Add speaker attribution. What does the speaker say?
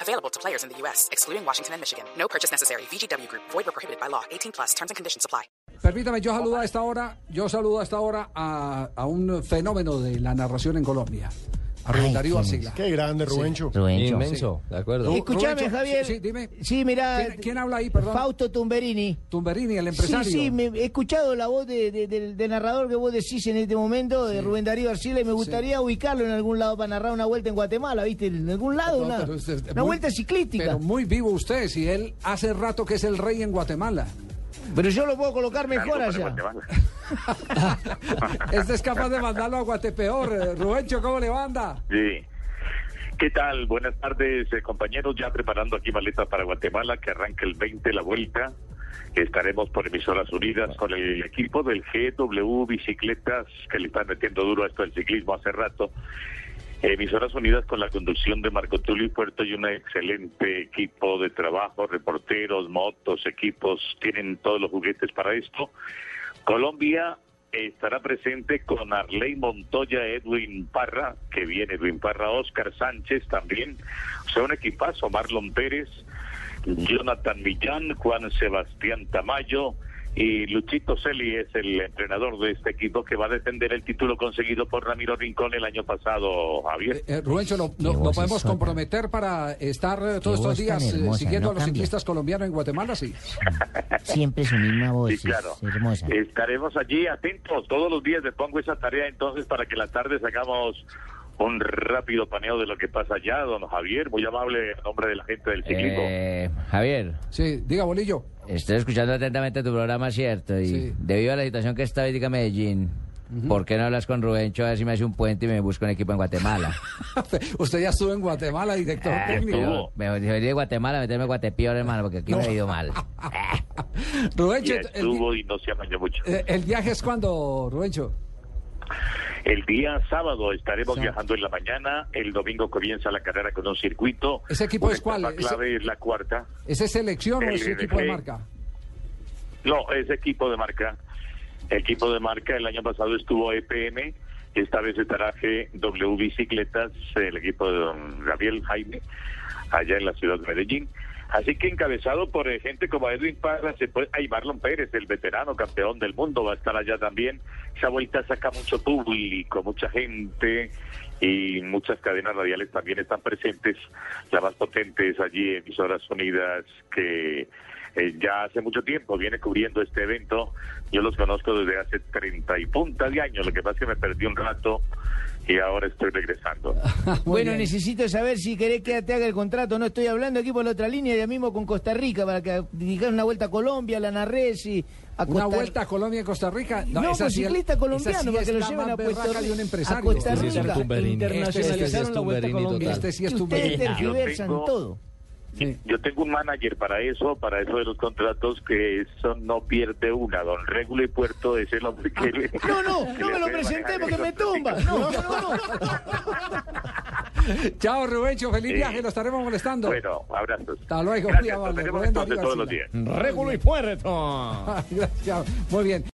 Speaker 1: Available to players in the U.S., excluding Washington and Michigan. No purchase necessary. VGW Group, void or prohibited by law. 18 plus terms and conditions apply.
Speaker 2: Permítame, yo saludo a esta hora, yo saludo a esta hora a, a un fenómeno de la narración en Colombia, a Rubén
Speaker 3: Ay,
Speaker 2: Darío
Speaker 3: ¿quién es?
Speaker 2: Arcila.
Speaker 4: Qué grande, Rubencho.
Speaker 3: Rubencho.
Speaker 5: Inmenso, de acuerdo.
Speaker 2: Sí.
Speaker 3: Escúchame,
Speaker 2: Rubencho,
Speaker 3: Javier.
Speaker 2: sí, sí, dime.
Speaker 3: mira.
Speaker 2: ¿Quién- quién habla ahí, perdón?
Speaker 3: Fausto Tumberini.
Speaker 2: Tumberini, el
Speaker 3: Sí,
Speaker 2: empresario.
Speaker 3: sí, me- he escuchado la voz de- de- del, del narrador que vos decís en este momento, de Rubén Darío Arcila, y me gustaría ubicarlo en algún lado para narrar una vuelta en Guatemala, ¿viste? En algún lado,
Speaker 2: No,
Speaker 3: una,
Speaker 2: pero es- es
Speaker 3: una
Speaker 2: muy-
Speaker 3: vuelta ciclística.
Speaker 2: Pero
Speaker 3: Pero,
Speaker 2: muy vivo usted, si él hace rato que es el rey en Guatemala.
Speaker 3: yo lo puedo colocar mejor allá.
Speaker 2: este es capaz de mandarlo a Guatepeor. Eh, Rubencho, ¿cómo le manda?
Speaker 6: Sí. ¿Qué tal? Buenas tardes, eh, compañeros. Ya preparando aquí maleta para Guatemala, que arranca el 20 la vuelta. Estaremos por Emisoras Unidas con el equipo del GW Bicicletas, que le están metiendo duro a esto del ciclismo hace rato. Emisoras Unidas con la conducción de Marco Tulio y Puerto y un excelente equipo de trabajo, reporteros, motos, equipos, tienen todos los juguetes para esto. Colombia estará presente con Arley Montoya, Edwin Parra, que viene Edwin Parra, Oscar Sánchez también, o sea, un equipazo, Marlon Pérez, Jonathan Millán, Juan Sebastián Tamayo y Luchito Celi es el entrenador de este equipo que va a defender el título conseguido por Ramiro Rincón el año pasado, Javier.
Speaker 2: Eh, eh, Rubencho, ¿lo,
Speaker 3: Qué
Speaker 2: no, lo
Speaker 3: voz
Speaker 2: podemos
Speaker 3: es otra.
Speaker 2: comprometer para estar eh, todos estos
Speaker 3: Qué voz tan
Speaker 2: días eh,
Speaker 3: hermosa,
Speaker 2: siguiendo
Speaker 3: no
Speaker 2: a los
Speaker 3: cambia.
Speaker 2: ciclistas colombianos en Guatemala? Sí.
Speaker 3: Siempre su misma voz,
Speaker 6: Sí, claro. Estaremos allí atentos. Todos los días le pongo esa tarea entonces para que la tarde sacamos un rápido paneo de lo que pasa allá, don Javier. Muy amable en nombre de la gente del ciclismo.
Speaker 5: Eh, Javier,
Speaker 2: Sí, diga, Bolillo.
Speaker 5: estoy escuchando atentamente tu programa, ¿cierto? Y
Speaker 2: Sí.
Speaker 5: debido a la situación que está hoy, diga Medellín, ¿por qué no hablas con Rubencho a ver si me hace un puente y me busca un equipo en Guatemala?
Speaker 2: usted ya estuvo en Guatemala, director
Speaker 3: Eh,
Speaker 5: Ah,
Speaker 2: técnico.
Speaker 5: pero me voy a ir de Guatemala a meterme a Guatepeor, hermano, porque aquí me he ido mal. Ah,
Speaker 2: Rubencho,
Speaker 6: Ya
Speaker 2: el-
Speaker 6: estuvo y no se amañó mucho.
Speaker 2: eh, el viaje es cuando, Rubencho.
Speaker 6: El día sábado estaremos viajando en la mañana. El domingo comienza la carrera con un circuito.
Speaker 2: ¿Ese equipo
Speaker 6: Una
Speaker 2: es cuál?
Speaker 6: etapa
Speaker 2: ¿Ese-
Speaker 6: clave es la cuarta.
Speaker 2: ¿Ese es selección o
Speaker 6: El
Speaker 2: es equipo de
Speaker 6: NG.
Speaker 2: marca?
Speaker 6: No, es equipo de marca. Equipo de marca, el año pasado estuvo EPM, esta vez estará GW Bicicletas, el equipo de don Gabriel Jaime, allá en la ciudad de Medellín. Así que encabezado por eh, gente como Edwin Parra, se puede, ay, Marlon Pérez, el veterano campeón del mundo, va a estar allá también. Esa vuelta saca mucho público, mucha gente y muchas cadenas radiales también están presentes. La más potente es allí, Emisoras Unidas, que eh, ya hace mucho tiempo viene cubriendo este evento. Yo los conozco desde hace 30 y punta de años. Lo que pasa es que me perdí un rato y ahora estoy regresando.
Speaker 2: Ah,
Speaker 3: Bueno, necesito saber si querés que te haga el contrato. No estoy hablando aquí por la otra línea, ya mismo con Costa Rica, para que dirijas una vuelta a Colombia, la narré, si a
Speaker 2: Una
Speaker 3: Costa-
Speaker 2: vuelta a Colombia y Costa Rica.
Speaker 3: No,
Speaker 2: esa
Speaker 3: pues
Speaker 2: sí es-
Speaker 3: ciclista
Speaker 2: esa
Speaker 3: colombiano,
Speaker 2: sí
Speaker 3: para
Speaker 2: es
Speaker 3: que lo
Speaker 2: la
Speaker 3: lleven
Speaker 2: más
Speaker 3: a Puerto
Speaker 2: berraca de un
Speaker 3: Rica, a
Speaker 2: empresario.
Speaker 3: Costa
Speaker 2: Este sí es
Speaker 3: Rica.
Speaker 2: Tumberini.
Speaker 7: Internacionalizaron la vuelta a Colombia.
Speaker 2: Este sí es
Speaker 3: Que ustedes
Speaker 2: Tumberini.
Speaker 3: tergiversan
Speaker 6: Yo tengo-
Speaker 3: todo.
Speaker 2: Sí.
Speaker 6: Yo tengo un manager para eso, para eso de los contratos, que eso no pierde una. Don Regulo y Puerto es el hombre que le-
Speaker 3: No, no,
Speaker 6: que
Speaker 3: no
Speaker 6: le
Speaker 3: me lo
Speaker 6: puede
Speaker 3: presenté
Speaker 6: manejar
Speaker 3: porque me
Speaker 6: el contratico.
Speaker 3: tumba. No, no, no.
Speaker 2: Chao, Rubencho. Feliz
Speaker 6: Sí.
Speaker 2: viaje. Lo estaremos molestando.
Speaker 6: Bueno, abrazos.
Speaker 2: Hasta luego. muy
Speaker 6: Gracias,
Speaker 2: amable.
Speaker 6: nos veremos
Speaker 2: Rubén Darío
Speaker 6: entonces todos los
Speaker 2: Arcila.
Speaker 6: días.
Speaker 7: Régulo y Puerto.
Speaker 2: Gracias. Muy bien.